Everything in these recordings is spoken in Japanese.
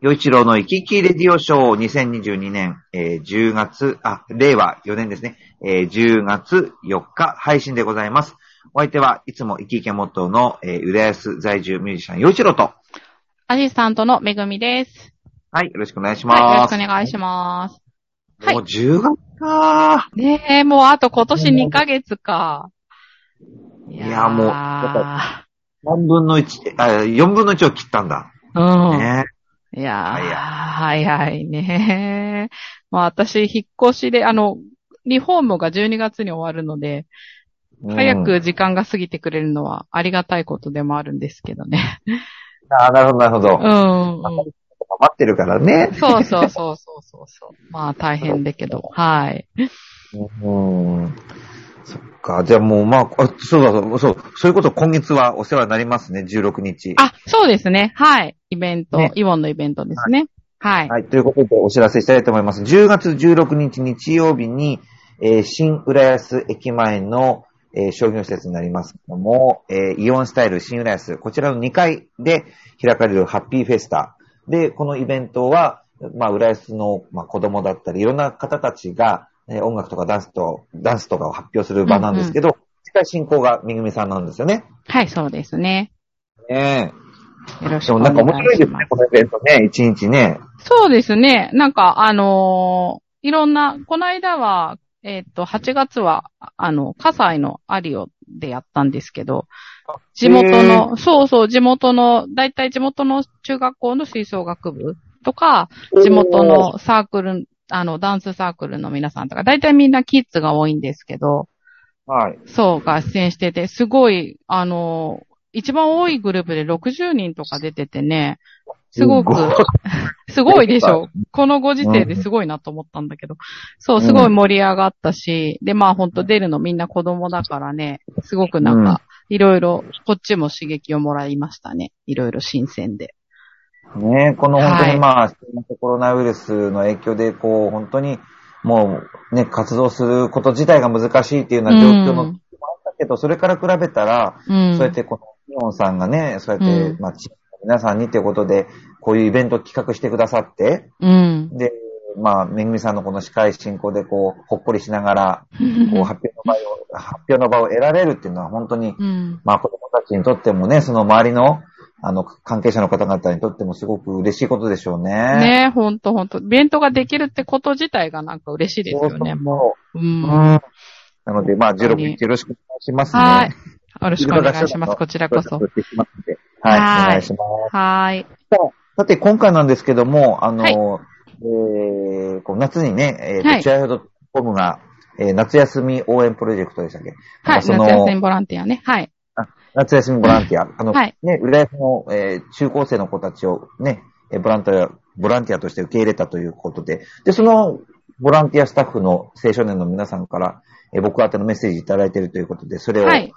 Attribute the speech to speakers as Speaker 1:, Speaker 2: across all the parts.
Speaker 1: 洋一郎の生き生きレディオショー2022年、えー10月、あ、令和4年ですね、えー10月4日配信でございます。お相手はいつも生き生きモットーの、えー、浦安在住ミュージシャン洋一郎と、
Speaker 2: アシスタントのめぐみです。
Speaker 1: はい、よろしくお願いします。
Speaker 2: はい、よろしくお願いします。ますはい
Speaker 1: もう10月か
Speaker 2: ねえ、もうあと今年2ヶ月か。い
Speaker 1: いやもうだ3分の1、あ、4分の1を切ったんだ。
Speaker 2: うん。
Speaker 1: ね。
Speaker 2: いやー、早いね。まあ私、引っ越しで、あの、リフォームが12月に終わるので、
Speaker 1: うん
Speaker 2: 早く時間が過ぎてくれるのはありがたいことでもあるんですけどね。
Speaker 1: あ、なるほど、なるほど。
Speaker 2: うんうん。
Speaker 1: 待ってるからね。
Speaker 2: そうそうそうそうそうそう。まあ大変だけど。はい。
Speaker 1: うん。そっか。じゃあもう、まあ、あそうだ、そう、そうそういうこと今月はお世話になりますね、16日。
Speaker 2: あ、そうですね。はい。イベント、
Speaker 1: ね
Speaker 2: イボンのイベントですね。はい。
Speaker 1: はい。ということでお知らせしたいと思います。10月16日日曜日に、えー新浦安駅前の、えー商業施設になりますけども、えーイオンスタイル新浦安、こちらの2階で開かれるハッピーフェスタ。で、このイベントは、まあ、浦安の、まあ、子供だったり、いろんな方たちが、えー音楽とかダンスと、ダンスとかを発表する場なんですけど、司会進行がめぐみさんなんですよね。
Speaker 2: はい、そうですね。
Speaker 1: ねえ。でもなんか面白いです
Speaker 2: よろしくお願いします。
Speaker 1: ね、このイベントね、一日ね。
Speaker 2: そうですね。なんか、あのーいろんな、この間は、えっ、と、8月は、あの、葛西のアリオでやったんですけど、地元の、そうそう、地元の、だいたい地元の中学校の吹奏楽部とか、地元のサークル、あの、ダンスサークルの皆さんとか、だいたいみんなキッズが多いんですけど、
Speaker 1: はい。
Speaker 2: そう、が出演してて、すごい、あの、一番多いグループで60人とか出ててね、すごく
Speaker 1: すごい、
Speaker 2: すごいでし ょ。このご時世ですごいなと思ったんだけど。そうう、
Speaker 1: ん
Speaker 2: すごい盛り上がったし、で、まあほんと出るのみんな子供だからね、すごくなんか、いろいろ、こっちも刺激をもらいましたね。いろいろ新鮮で。
Speaker 1: ねえ、この本当
Speaker 2: は
Speaker 1: に
Speaker 2: い
Speaker 1: まあ、新型コロナウイルスの影響で、こう、本当に、もう、ね、活動すること自体が難しいっていうような状況も
Speaker 2: う
Speaker 1: あっ
Speaker 2: ん
Speaker 1: たけど、それから比べたら、
Speaker 2: うん。
Speaker 1: そうやってこの、イオンさんがね、そうやって、
Speaker 2: うん
Speaker 1: まあ、地域の皆さんにということで、こういうイベントを企画してくださって、
Speaker 2: うん。
Speaker 1: で、まあ、めぐみさんのこの司会進行で、こう、ほっこりしながら、こう、発表の場を、発表の場を得られるっていうのは、本当に、
Speaker 2: うん。
Speaker 1: まあ子供たちにとってもね、その周りの、あの、関係者の方々にとってもすごく嬉しいことで しょうね。
Speaker 2: ねほんとほんと。イベントができるってこと自体がなんか嬉しいですよね。
Speaker 1: も
Speaker 2: う
Speaker 1: う。
Speaker 2: ん
Speaker 1: ん。。なので、まあ、16
Speaker 2: 本当に
Speaker 1: 日よろしくお願いしますね。
Speaker 2: は
Speaker 1: よ。
Speaker 2: いよろしくお願いします。こちらこそ。
Speaker 1: はい、
Speaker 2: はい
Speaker 1: お願いします。
Speaker 2: はい。
Speaker 1: さて、今回なんですけども、あの、
Speaker 2: はい
Speaker 1: えー、こう夏にね、えー
Speaker 2: は
Speaker 1: と、
Speaker 2: い
Speaker 1: チアヘッドコムが、えー夏休み応援プロジェクトでしたっけ
Speaker 2: はい。
Speaker 1: そ
Speaker 2: 夏
Speaker 1: の
Speaker 2: 休みボランティアね。はい。
Speaker 1: 夏休みボランティア。あの、
Speaker 2: はい
Speaker 1: ね、浦安の、えー中高生の子たちをね、えーボランティア、ボランティアとして受け入れたということで、で、そのボランティアスタッフの青少年の皆さんから、えー僕宛てのメッセージいただいているということで、それを、
Speaker 2: はい。
Speaker 1: えー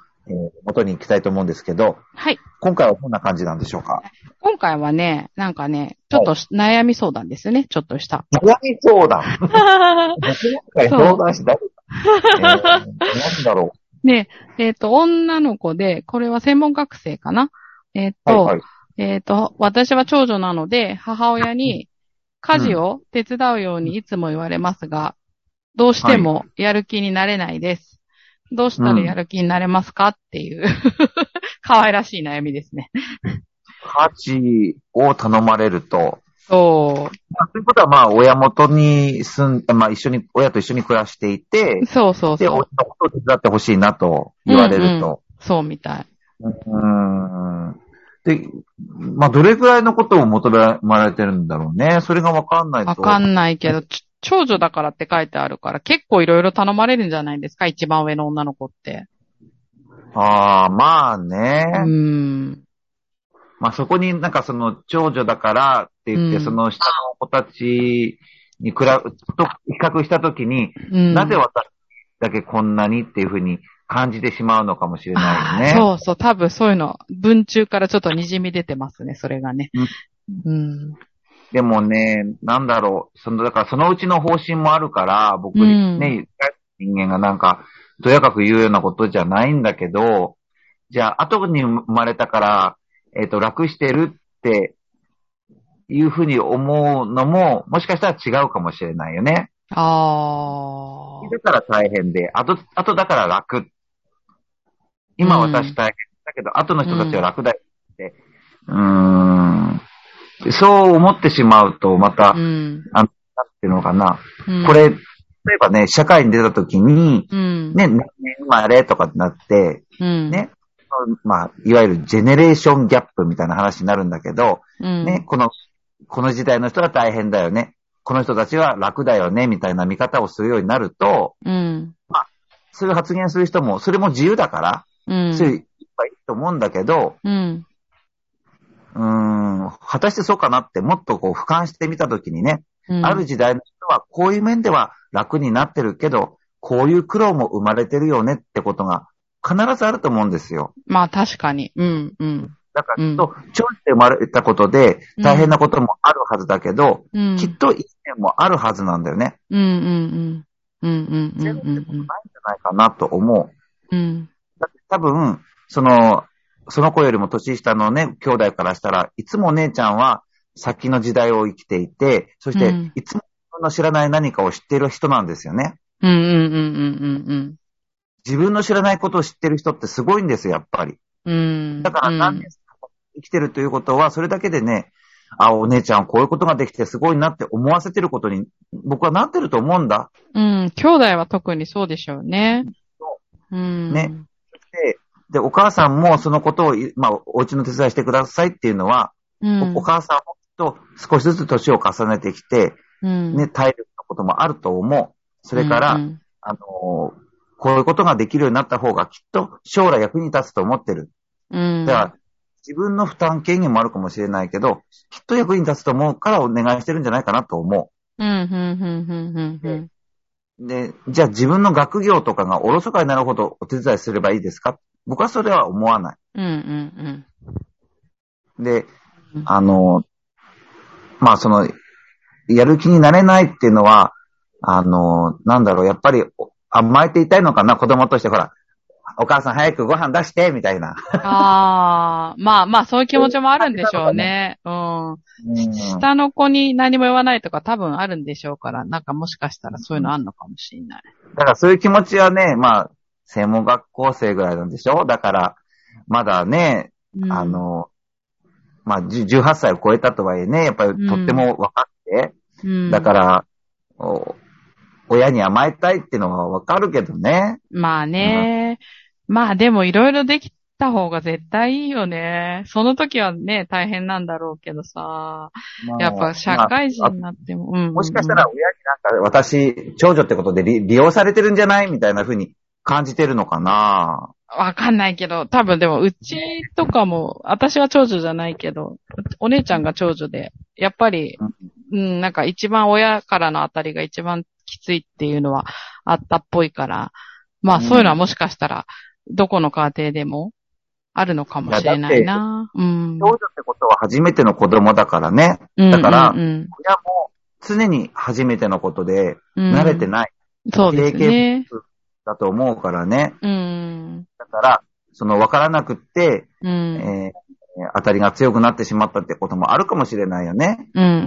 Speaker 1: 元に行きたいと思うんですけど、
Speaker 2: はい。
Speaker 1: 今回はこんな感じなんでしょうか
Speaker 2: 今回はね、なんかね、ちょっとし悩み相談ですね。ちょっとした。
Speaker 1: 悩み相 談。
Speaker 2: は
Speaker 1: 僕なんかに相談し誰か。えーなんだ ろ
Speaker 2: ね、えっ、と、女の子で、これは専門学生かなえっ、
Speaker 1: う。
Speaker 2: と、
Speaker 1: はいはい。
Speaker 2: えっ、と、私は長女なので、母親に家事を手伝うようにいつも言われますが、どうしてもやる気になれないです。どうしたらやる気になれますかっていう、 可愛らしい悩みですね。
Speaker 1: 家事を頼まれると、
Speaker 2: そ
Speaker 1: まあということはまあ、親元に住ん、まあ一緒に、親と一緒に暮らしていて
Speaker 2: う。、そうそう
Speaker 1: で、
Speaker 2: そ
Speaker 1: お
Speaker 2: う。
Speaker 1: ことを手伝ってほしいなと言われると。
Speaker 2: そうみたい。
Speaker 1: うんで、まあ、どれくらいのことを求められてるんだろうね。それがわかんないと。
Speaker 2: わかんないけど、ち長女だからって書いてあるから、結構いろいろ頼まれるんじゃないですか一番上の女の子って。
Speaker 1: ああ、まあね。
Speaker 2: うーん。
Speaker 1: まあ、そこになんかその、長女だからって言って、
Speaker 2: うん
Speaker 1: その下の子たちに比べ、と比較したときに、
Speaker 2: うん、
Speaker 1: なぜ私だけこんなにっていうふうに感じてしまうのかもしれないよね。
Speaker 2: あーそうそう、多分そういうの、文中からちょっと滲み出てますね、それがね。うん。
Speaker 1: でもね、なんだろう、その、だからそのうちの方針もあるから、僕
Speaker 2: うん
Speaker 1: ね、人間がなんか、とやかく言うようなことじゃないんだけど、じゃあ、後に生まれたから、えっ、と、楽してるって、いうふうに思うのも、もしかしたら違うかもしれないよね。
Speaker 2: あー
Speaker 1: だから大変で、あと、あとだから楽。今私大変だけど、後の人たちは楽だよって。うーん。そう思ってしまうと、また、
Speaker 2: う
Speaker 1: なん
Speaker 2: ん。
Speaker 1: ていうのかな。
Speaker 2: うん
Speaker 1: こ、れ、例えばね、社会に出た時に、
Speaker 2: うん。
Speaker 1: ね、何年生まれとかってなって、
Speaker 2: うん。
Speaker 1: ね、まあ、いわゆるジェネレーションギャップみたいな話になるんだけど、
Speaker 2: うん。
Speaker 1: ね、この、この時代の人が大変だよね。この人たちは楽だよね、みたいな見方をするようになると、
Speaker 2: うん。
Speaker 1: そういう発言する人も、それも自由だか
Speaker 2: う
Speaker 1: ら、
Speaker 2: ん。
Speaker 1: そういう、いっぱいいると思うんだけど、
Speaker 2: うん。
Speaker 1: うーん、果たしてそうかなって、もっとこう、俯瞰してみたときにね、
Speaker 2: うん。
Speaker 1: ある時代の人は、こういう面では楽になってるけど、こういう苦労も生まれてるよねってことが、必ずあると思うんですよ。
Speaker 2: まあ確かに。うん。うん。
Speaker 1: だから
Speaker 2: う
Speaker 1: き
Speaker 2: ん
Speaker 1: っと、長寿で生まれたことで、大変なこともあるはずだけど、
Speaker 2: うん。
Speaker 1: きっといい面もあるはずなんだよね。
Speaker 2: うん。うん。うん。うん。
Speaker 1: ないん
Speaker 2: うん。うん。
Speaker 1: じゃないかなと思う。
Speaker 2: うん。
Speaker 1: だって多分、その、その子よりも年下のね、兄弟からしたらいつもお姉ちゃんは先の時代を生きていて、そして
Speaker 2: うん
Speaker 1: いつも自分の知らない何かを知っている人なんですよね。
Speaker 2: うん。うん。うん。
Speaker 1: 自分の知らないことを知ってる人ってすごいんですよ、やっぱり。
Speaker 2: うん。うん。
Speaker 1: だから何年生きてるということは、それだけでね、あ、お姉ちゃんこういうことができてすごいなって思わせてることに、僕はなってると思うんだ。
Speaker 2: うん。兄弟は特にそうでしょうね。うん。
Speaker 1: ね。で、で、お母さんもそのことをい、まあ、お家の手伝いしてくださいっていうのは、
Speaker 2: うん。
Speaker 1: おお母さんもきっと少しずつ年を重ねてきて、
Speaker 2: うん。
Speaker 1: ね、体力のこともあると思う。それから、
Speaker 2: うん
Speaker 1: あのーこういうことができるようになった方がきっと将来役に立つと思ってる。
Speaker 2: うん。
Speaker 1: だから、自分の負担軽減もあるかもしれないけど、きっと役に立つと思うからお願いしてるんじゃないかなと思
Speaker 2: うん、うん、うん、うん、うん。
Speaker 1: う。で、じゃあ自分の学業とかがおろそかになるほどお手伝いすればいいですか僕はそれは思わない。
Speaker 2: うん、うん、
Speaker 1: で
Speaker 2: うん、
Speaker 1: あの、まあその、やる気になれないっていうのは、あの、なんだろう、やっぱりお甘えていたいのかな、子供として、ほら、お母さん早くご飯出して、みたいな。
Speaker 2: うん。ああ、まあまあ、そういう気持ちもあるんでしょうね。うん。下の子に何も言わないとか多分あるんでしょうから、なんかもしかしたらそういうのあんのかもしれない。
Speaker 1: だからそういう気持ちはね、まあ、専門学校生ぐらいなんでしょだから、まだね、
Speaker 2: うん
Speaker 1: あ、の、まあ、じゅ18歳を超えたとはいえね、やっぱりとっても分かって、
Speaker 2: うん
Speaker 1: だか。ら、お親に甘えたいっていうのは分かるけどね。
Speaker 2: まあね。まあでもいろいろできた方が絶対いいよね。その時はね、大変なんだろうけどさ。やっぱ社会人になっても。うんうんうん
Speaker 1: もしかしたら親になんか私、長女ってことで利利用されてるんじゃないみたいな風に感じてるのかな
Speaker 2: わかんないけど、多分でも、うちとかも、私は長女じゃないけど、お姉ちゃんが長女で、やっぱり、うん、なんか一番親からのあたりが一番きついっていうのはあったっぽいから、まあ
Speaker 1: うん
Speaker 2: そういうのはもしかしたら、どこの家庭でもあるのかもしれないな。うん。
Speaker 1: 長女ってことは初めての子供だからね。だから
Speaker 2: うん
Speaker 1: 親も常に初めてのことで
Speaker 2: うんうん
Speaker 1: 慣れてない
Speaker 2: そうですね。
Speaker 1: だと思うからね。
Speaker 2: うん。
Speaker 1: だから、その分からなくって、え
Speaker 2: うん。
Speaker 1: ー当たりが強くなってしまったってこともあるかもしれないよね。
Speaker 2: うんうんうんう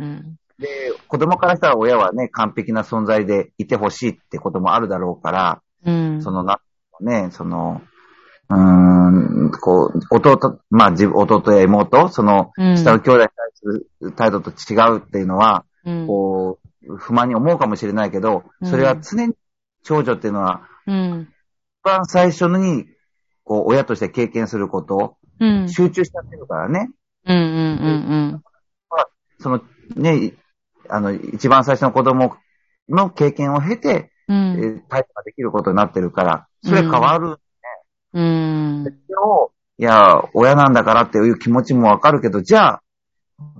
Speaker 2: んうん。
Speaker 1: で、子供からしたら親はね、完璧な存在でいてほしいってこともあるだろうから、
Speaker 2: うん。
Speaker 1: そのな、ね、その、うーん、こう、弟、まあ、自分、弟や妹、その、
Speaker 2: うん
Speaker 1: 下の兄弟に対する態度と違うっていうのは、
Speaker 2: うん
Speaker 1: こう、不満に思うかもしれないけど、それは常に、長女っていうのは、
Speaker 2: うん。
Speaker 1: 一番最初に、こう、親として経験すること
Speaker 2: うん
Speaker 1: を、。集中しちゃってるからね、
Speaker 2: うんうんうん
Speaker 1: その、ね、あの、一番最初の子供の経験を経て、
Speaker 2: うん。うん。
Speaker 1: えー対処ができることになってるから、それ変わる
Speaker 2: うん。
Speaker 1: それを、いや、親なんだからっていう気持ちもわかるけど、じゃあ、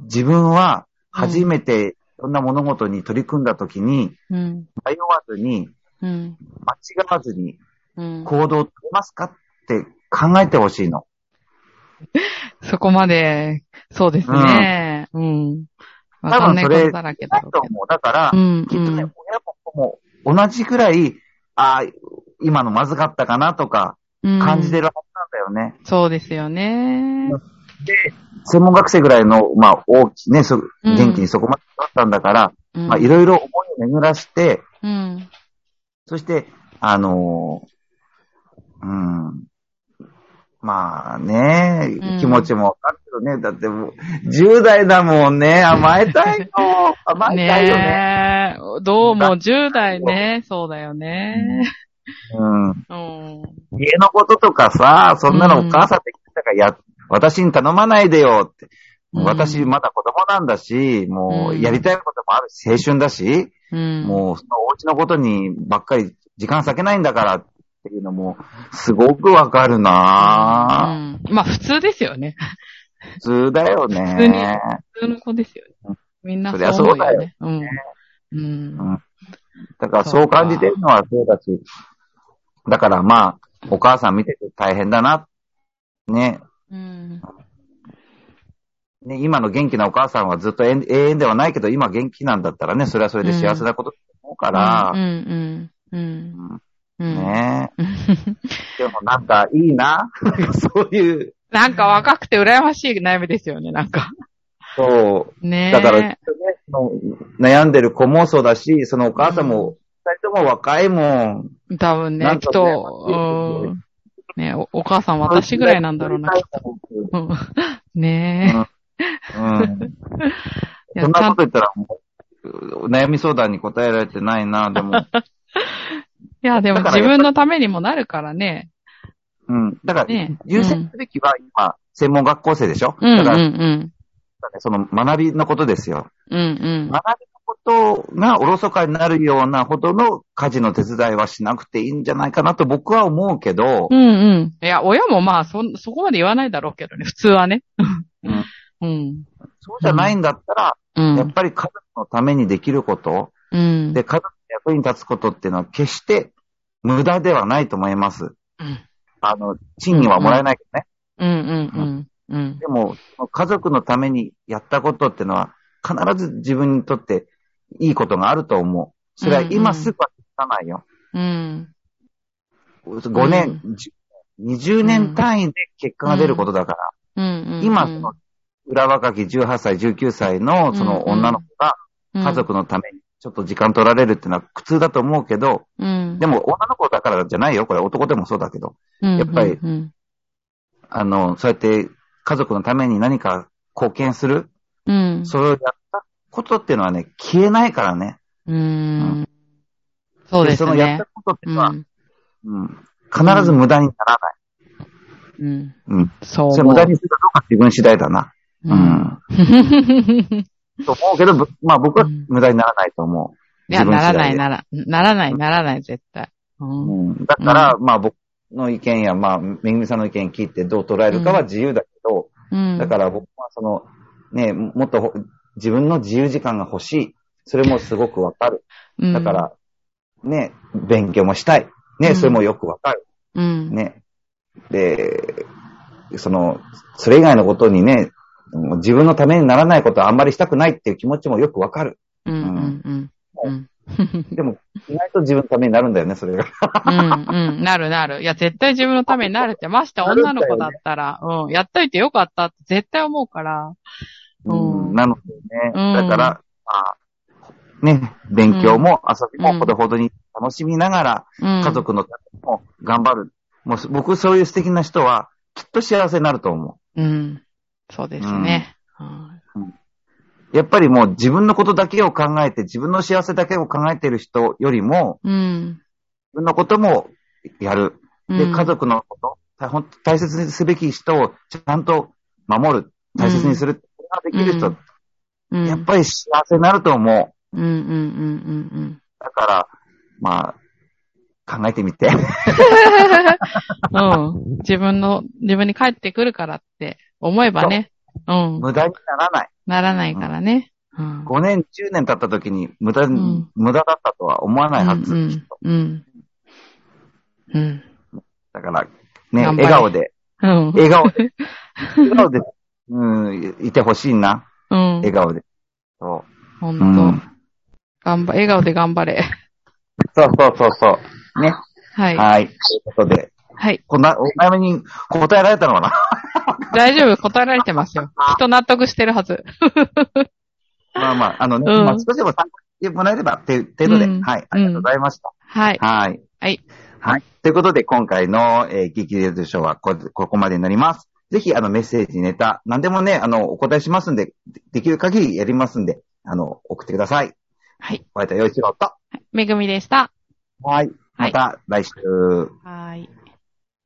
Speaker 1: 自分は初めていろんな物事に取り組んだ時に、
Speaker 2: うん。
Speaker 1: 迷わずに、
Speaker 2: うん。
Speaker 1: 間違わずに
Speaker 2: うん。
Speaker 1: 行動を取れますかって考えてほしいの。
Speaker 2: そこまで、そうですね。うん。わかんないことだらけだ
Speaker 1: だ
Speaker 2: ろう
Speaker 1: と
Speaker 2: けど。
Speaker 1: 思う。だから、
Speaker 2: うん。
Speaker 1: きっとね、
Speaker 2: う
Speaker 1: 親
Speaker 2: ん
Speaker 1: も子も同じくらい、ああ、今のまずかったかなとか感じてるはずなんだよね。
Speaker 2: そうですよね。
Speaker 1: で、専門学生ぐらいの、まあ、大きね、そ
Speaker 2: うん
Speaker 1: 元気にそこまでだったんだから、
Speaker 2: うん
Speaker 1: まあ、いろいろ思いを巡らして、
Speaker 2: うん。
Speaker 1: そして、あのーうん。まあね
Speaker 2: うん、
Speaker 1: 気持ちもわかるけどね、だってもう、10代だもんね、甘えたいよ、甘えたいよね。
Speaker 2: ねえ。どうも10代ね、そうだよね。
Speaker 1: うん。
Speaker 2: うん。
Speaker 1: 家のこととかさ、そんなのお母さんできたからや、私に頼まないでよって。
Speaker 2: うん
Speaker 1: 私まだ子供なんだし、も
Speaker 2: う
Speaker 1: うんやりたいこともあるし、青春だし、
Speaker 2: うん。
Speaker 1: もうそのお家のことにばっかり時間割けないんだからっていうのも、すごくわかるなぁ。
Speaker 2: うんまあ普通ですよね。
Speaker 1: 普通だよね。
Speaker 2: 普通に普通の子ですよね。みんなそう思うよね。うん。うん。
Speaker 1: だからそう感じてるのはそうだし。だからまあ、お母さん見てて大変だな。ね。
Speaker 2: うん。
Speaker 1: ね今の元気なお母さんはずっと永永遠ではないけど、今元気なんだったらね、それはそれで幸せなことだと思うか
Speaker 2: う
Speaker 1: ら、
Speaker 2: ん。うん。うん。うん。
Speaker 1: ね。でもなんかいいな。なんかそういう、
Speaker 2: なんか若くて羨ましい悩みですよね、なんか。
Speaker 1: そう。
Speaker 2: ね
Speaker 1: だ
Speaker 2: え。
Speaker 1: から、ね、その悩んでる子もそうだし、そのお母さんも、二人とも若いもん。
Speaker 2: 多分ね
Speaker 1: な、ん
Speaker 2: き
Speaker 1: か
Speaker 2: っと、
Speaker 1: 羨ましいですよ
Speaker 2: うん。ねおお母さん私ぐらいなんだろうな、きっと。うんね
Speaker 1: うん。
Speaker 2: え。いや
Speaker 1: そん
Speaker 2: ちゃ
Speaker 1: なこと
Speaker 2: ん
Speaker 1: 言ったらもう、悩み相談に答えられてないな、で も。
Speaker 2: いや、でも
Speaker 1: だからや
Speaker 2: 自
Speaker 1: っぱり
Speaker 2: 分のためにもなるからね。
Speaker 1: うん。だから
Speaker 2: ね、
Speaker 1: 優先すべきは今、専門学校生でしょ
Speaker 2: うんう
Speaker 1: だ
Speaker 2: ん
Speaker 1: から、
Speaker 2: うん。
Speaker 1: その学びのことですよ。
Speaker 2: うん
Speaker 1: 学びのことがおろそかになるようなほどの家事の手伝いはしなくていいんじゃないかなと僕は思うけど
Speaker 2: うん。う、んうん。いや、親もまあ、そん、そこまで言わないだろうけどね、普通はね。
Speaker 1: うん
Speaker 2: うん。
Speaker 1: そうじゃないんだったら、
Speaker 2: う
Speaker 1: やっ
Speaker 2: ん。
Speaker 1: ぱり家族のためにできること、
Speaker 2: うん。
Speaker 1: で、家族の役に立つことっていうのは決して無駄ではないと思います。
Speaker 2: うん
Speaker 1: あの、賃金はもらえないけどね。
Speaker 2: うんうんうん。うん。
Speaker 1: でも、その家族のためにやったことってのは、必ず自分にとっていいことがあると思う。それは今すぐは気づかないよ。
Speaker 2: うん。
Speaker 1: 5年、10 20年単位で結果が出ることだから、
Speaker 2: うん。
Speaker 1: 今、その、裏若き18歳、19歳のその女の子が家族のためにちょっと時間取られるってのは苦痛だと思うけど、
Speaker 2: うん、
Speaker 1: でも女の子だからじゃないよ。これ男でもそうだけど。
Speaker 2: うん、
Speaker 1: やっぱり
Speaker 2: うんうん
Speaker 1: あの、そうやって家族のために何か貢献する
Speaker 2: うん。
Speaker 1: それをやったことっていうのはね、消えないからね。
Speaker 2: うん。そうです
Speaker 1: そのやっ
Speaker 2: ね
Speaker 1: た。ことっていううのは、
Speaker 2: ん。
Speaker 1: うん必ず無駄になら
Speaker 2: うん。
Speaker 1: ない。うん。
Speaker 2: そう
Speaker 1: それ
Speaker 2: 思
Speaker 1: 無
Speaker 2: う。
Speaker 1: 駄にするかどうか自分次第だな。
Speaker 2: う。
Speaker 1: うん ん。と思うけど、ぶまあ僕は無駄にならないと思う。
Speaker 2: いや、
Speaker 1: 自分
Speaker 2: な
Speaker 1: 次
Speaker 2: らな
Speaker 1: 第
Speaker 2: い、
Speaker 1: で
Speaker 2: なら、ならない、ならない、絶対。う。
Speaker 1: うんん。だから、まあ僕の意見や、まあ、めぐみさんの意見聞いてどう捉えるかは自由だけど、
Speaker 2: うん。
Speaker 1: だから僕はその、ね、もっとほ自分の自由時間が欲しい。それもすごくわかる。
Speaker 2: ら
Speaker 1: だか、ら、ね、勉強もしたい。ね、それもよくわかる。
Speaker 2: うん。
Speaker 1: ね。で、その、それ以外のことにね、もう自分のためにならないことはあんまりしたくないっていう気持ちもよくわかる。
Speaker 2: うん、うん、うん。うん、
Speaker 1: でも、意外と自分のためになるんだよね、それが。
Speaker 2: うん、うんなるなる。いや、絶対自分のためになるって、まして女の子だったら、うん、やっといてよかったって絶対思うから。うん
Speaker 1: うんなのでね、
Speaker 2: う
Speaker 1: だ
Speaker 2: ん
Speaker 1: から、まあ、ね、勉強も遊びもほどほどに楽しみながら、
Speaker 2: うん。
Speaker 1: 家族のためにも頑張る。もう僕、そういう素敵な人は、きっと幸せになると思
Speaker 2: うん。そうですね。うん
Speaker 1: う。やっぱりもう自分のことだけを考えて、自分の幸せだけを考えている人よりも、
Speaker 2: うん。
Speaker 1: 自分のこともやる。
Speaker 2: う
Speaker 1: で、
Speaker 2: ん
Speaker 1: 家族のこと、たほん大切にすべき人をちゃんと守る。大切にする。これができる人、
Speaker 2: うん
Speaker 1: やっぱり幸せになると思う。
Speaker 2: うん、うん、うん、うん、うん。
Speaker 1: だから、まあ、考えてみて。
Speaker 2: うん。 自分の、自分に帰ってくるからって思えばね。うん。
Speaker 1: 無駄にならない。
Speaker 2: ならないからね。うん。
Speaker 1: 5年、10年経った時に無駄、
Speaker 2: ん
Speaker 1: 無駄だったとは思わないはず。
Speaker 2: うん
Speaker 1: きっと
Speaker 2: うん。うん。
Speaker 1: だから、ね、
Speaker 2: 頑張れ
Speaker 1: 笑顔 で、
Speaker 2: うん。
Speaker 1: 笑顔で、笑顔で、うん、いてほしいな。
Speaker 2: うん。
Speaker 1: 笑顔で。そ
Speaker 2: ほん
Speaker 1: う。うん
Speaker 2: と。頑張、笑顔で頑張れ。
Speaker 1: そうそうそうそう。ね。
Speaker 2: はい。
Speaker 1: はい。ということで、
Speaker 2: はい。
Speaker 1: こんな、お悩みに答えられたのかな
Speaker 2: 大丈夫、答えられてますよ。きっと納得してるはず。
Speaker 1: まあまあ、あのね、
Speaker 2: うん
Speaker 1: まあ少しでも参加してもらえればっていう程度で、
Speaker 2: うん
Speaker 1: はい、ありがとうございました。
Speaker 2: はい。
Speaker 1: はい。
Speaker 2: はい。
Speaker 1: はい。ということで、今回の、えー、激レーズショーはこ、ここまでになります。ぜひ、あの、メッセージ、ネタ、何でもね、あの、お答えしますんで、でできる限りやりますんで、あの、送ってください。
Speaker 2: はい。
Speaker 1: お会いいたよいしろと。
Speaker 2: めぐみでした。
Speaker 1: はい。また来週。
Speaker 2: はい。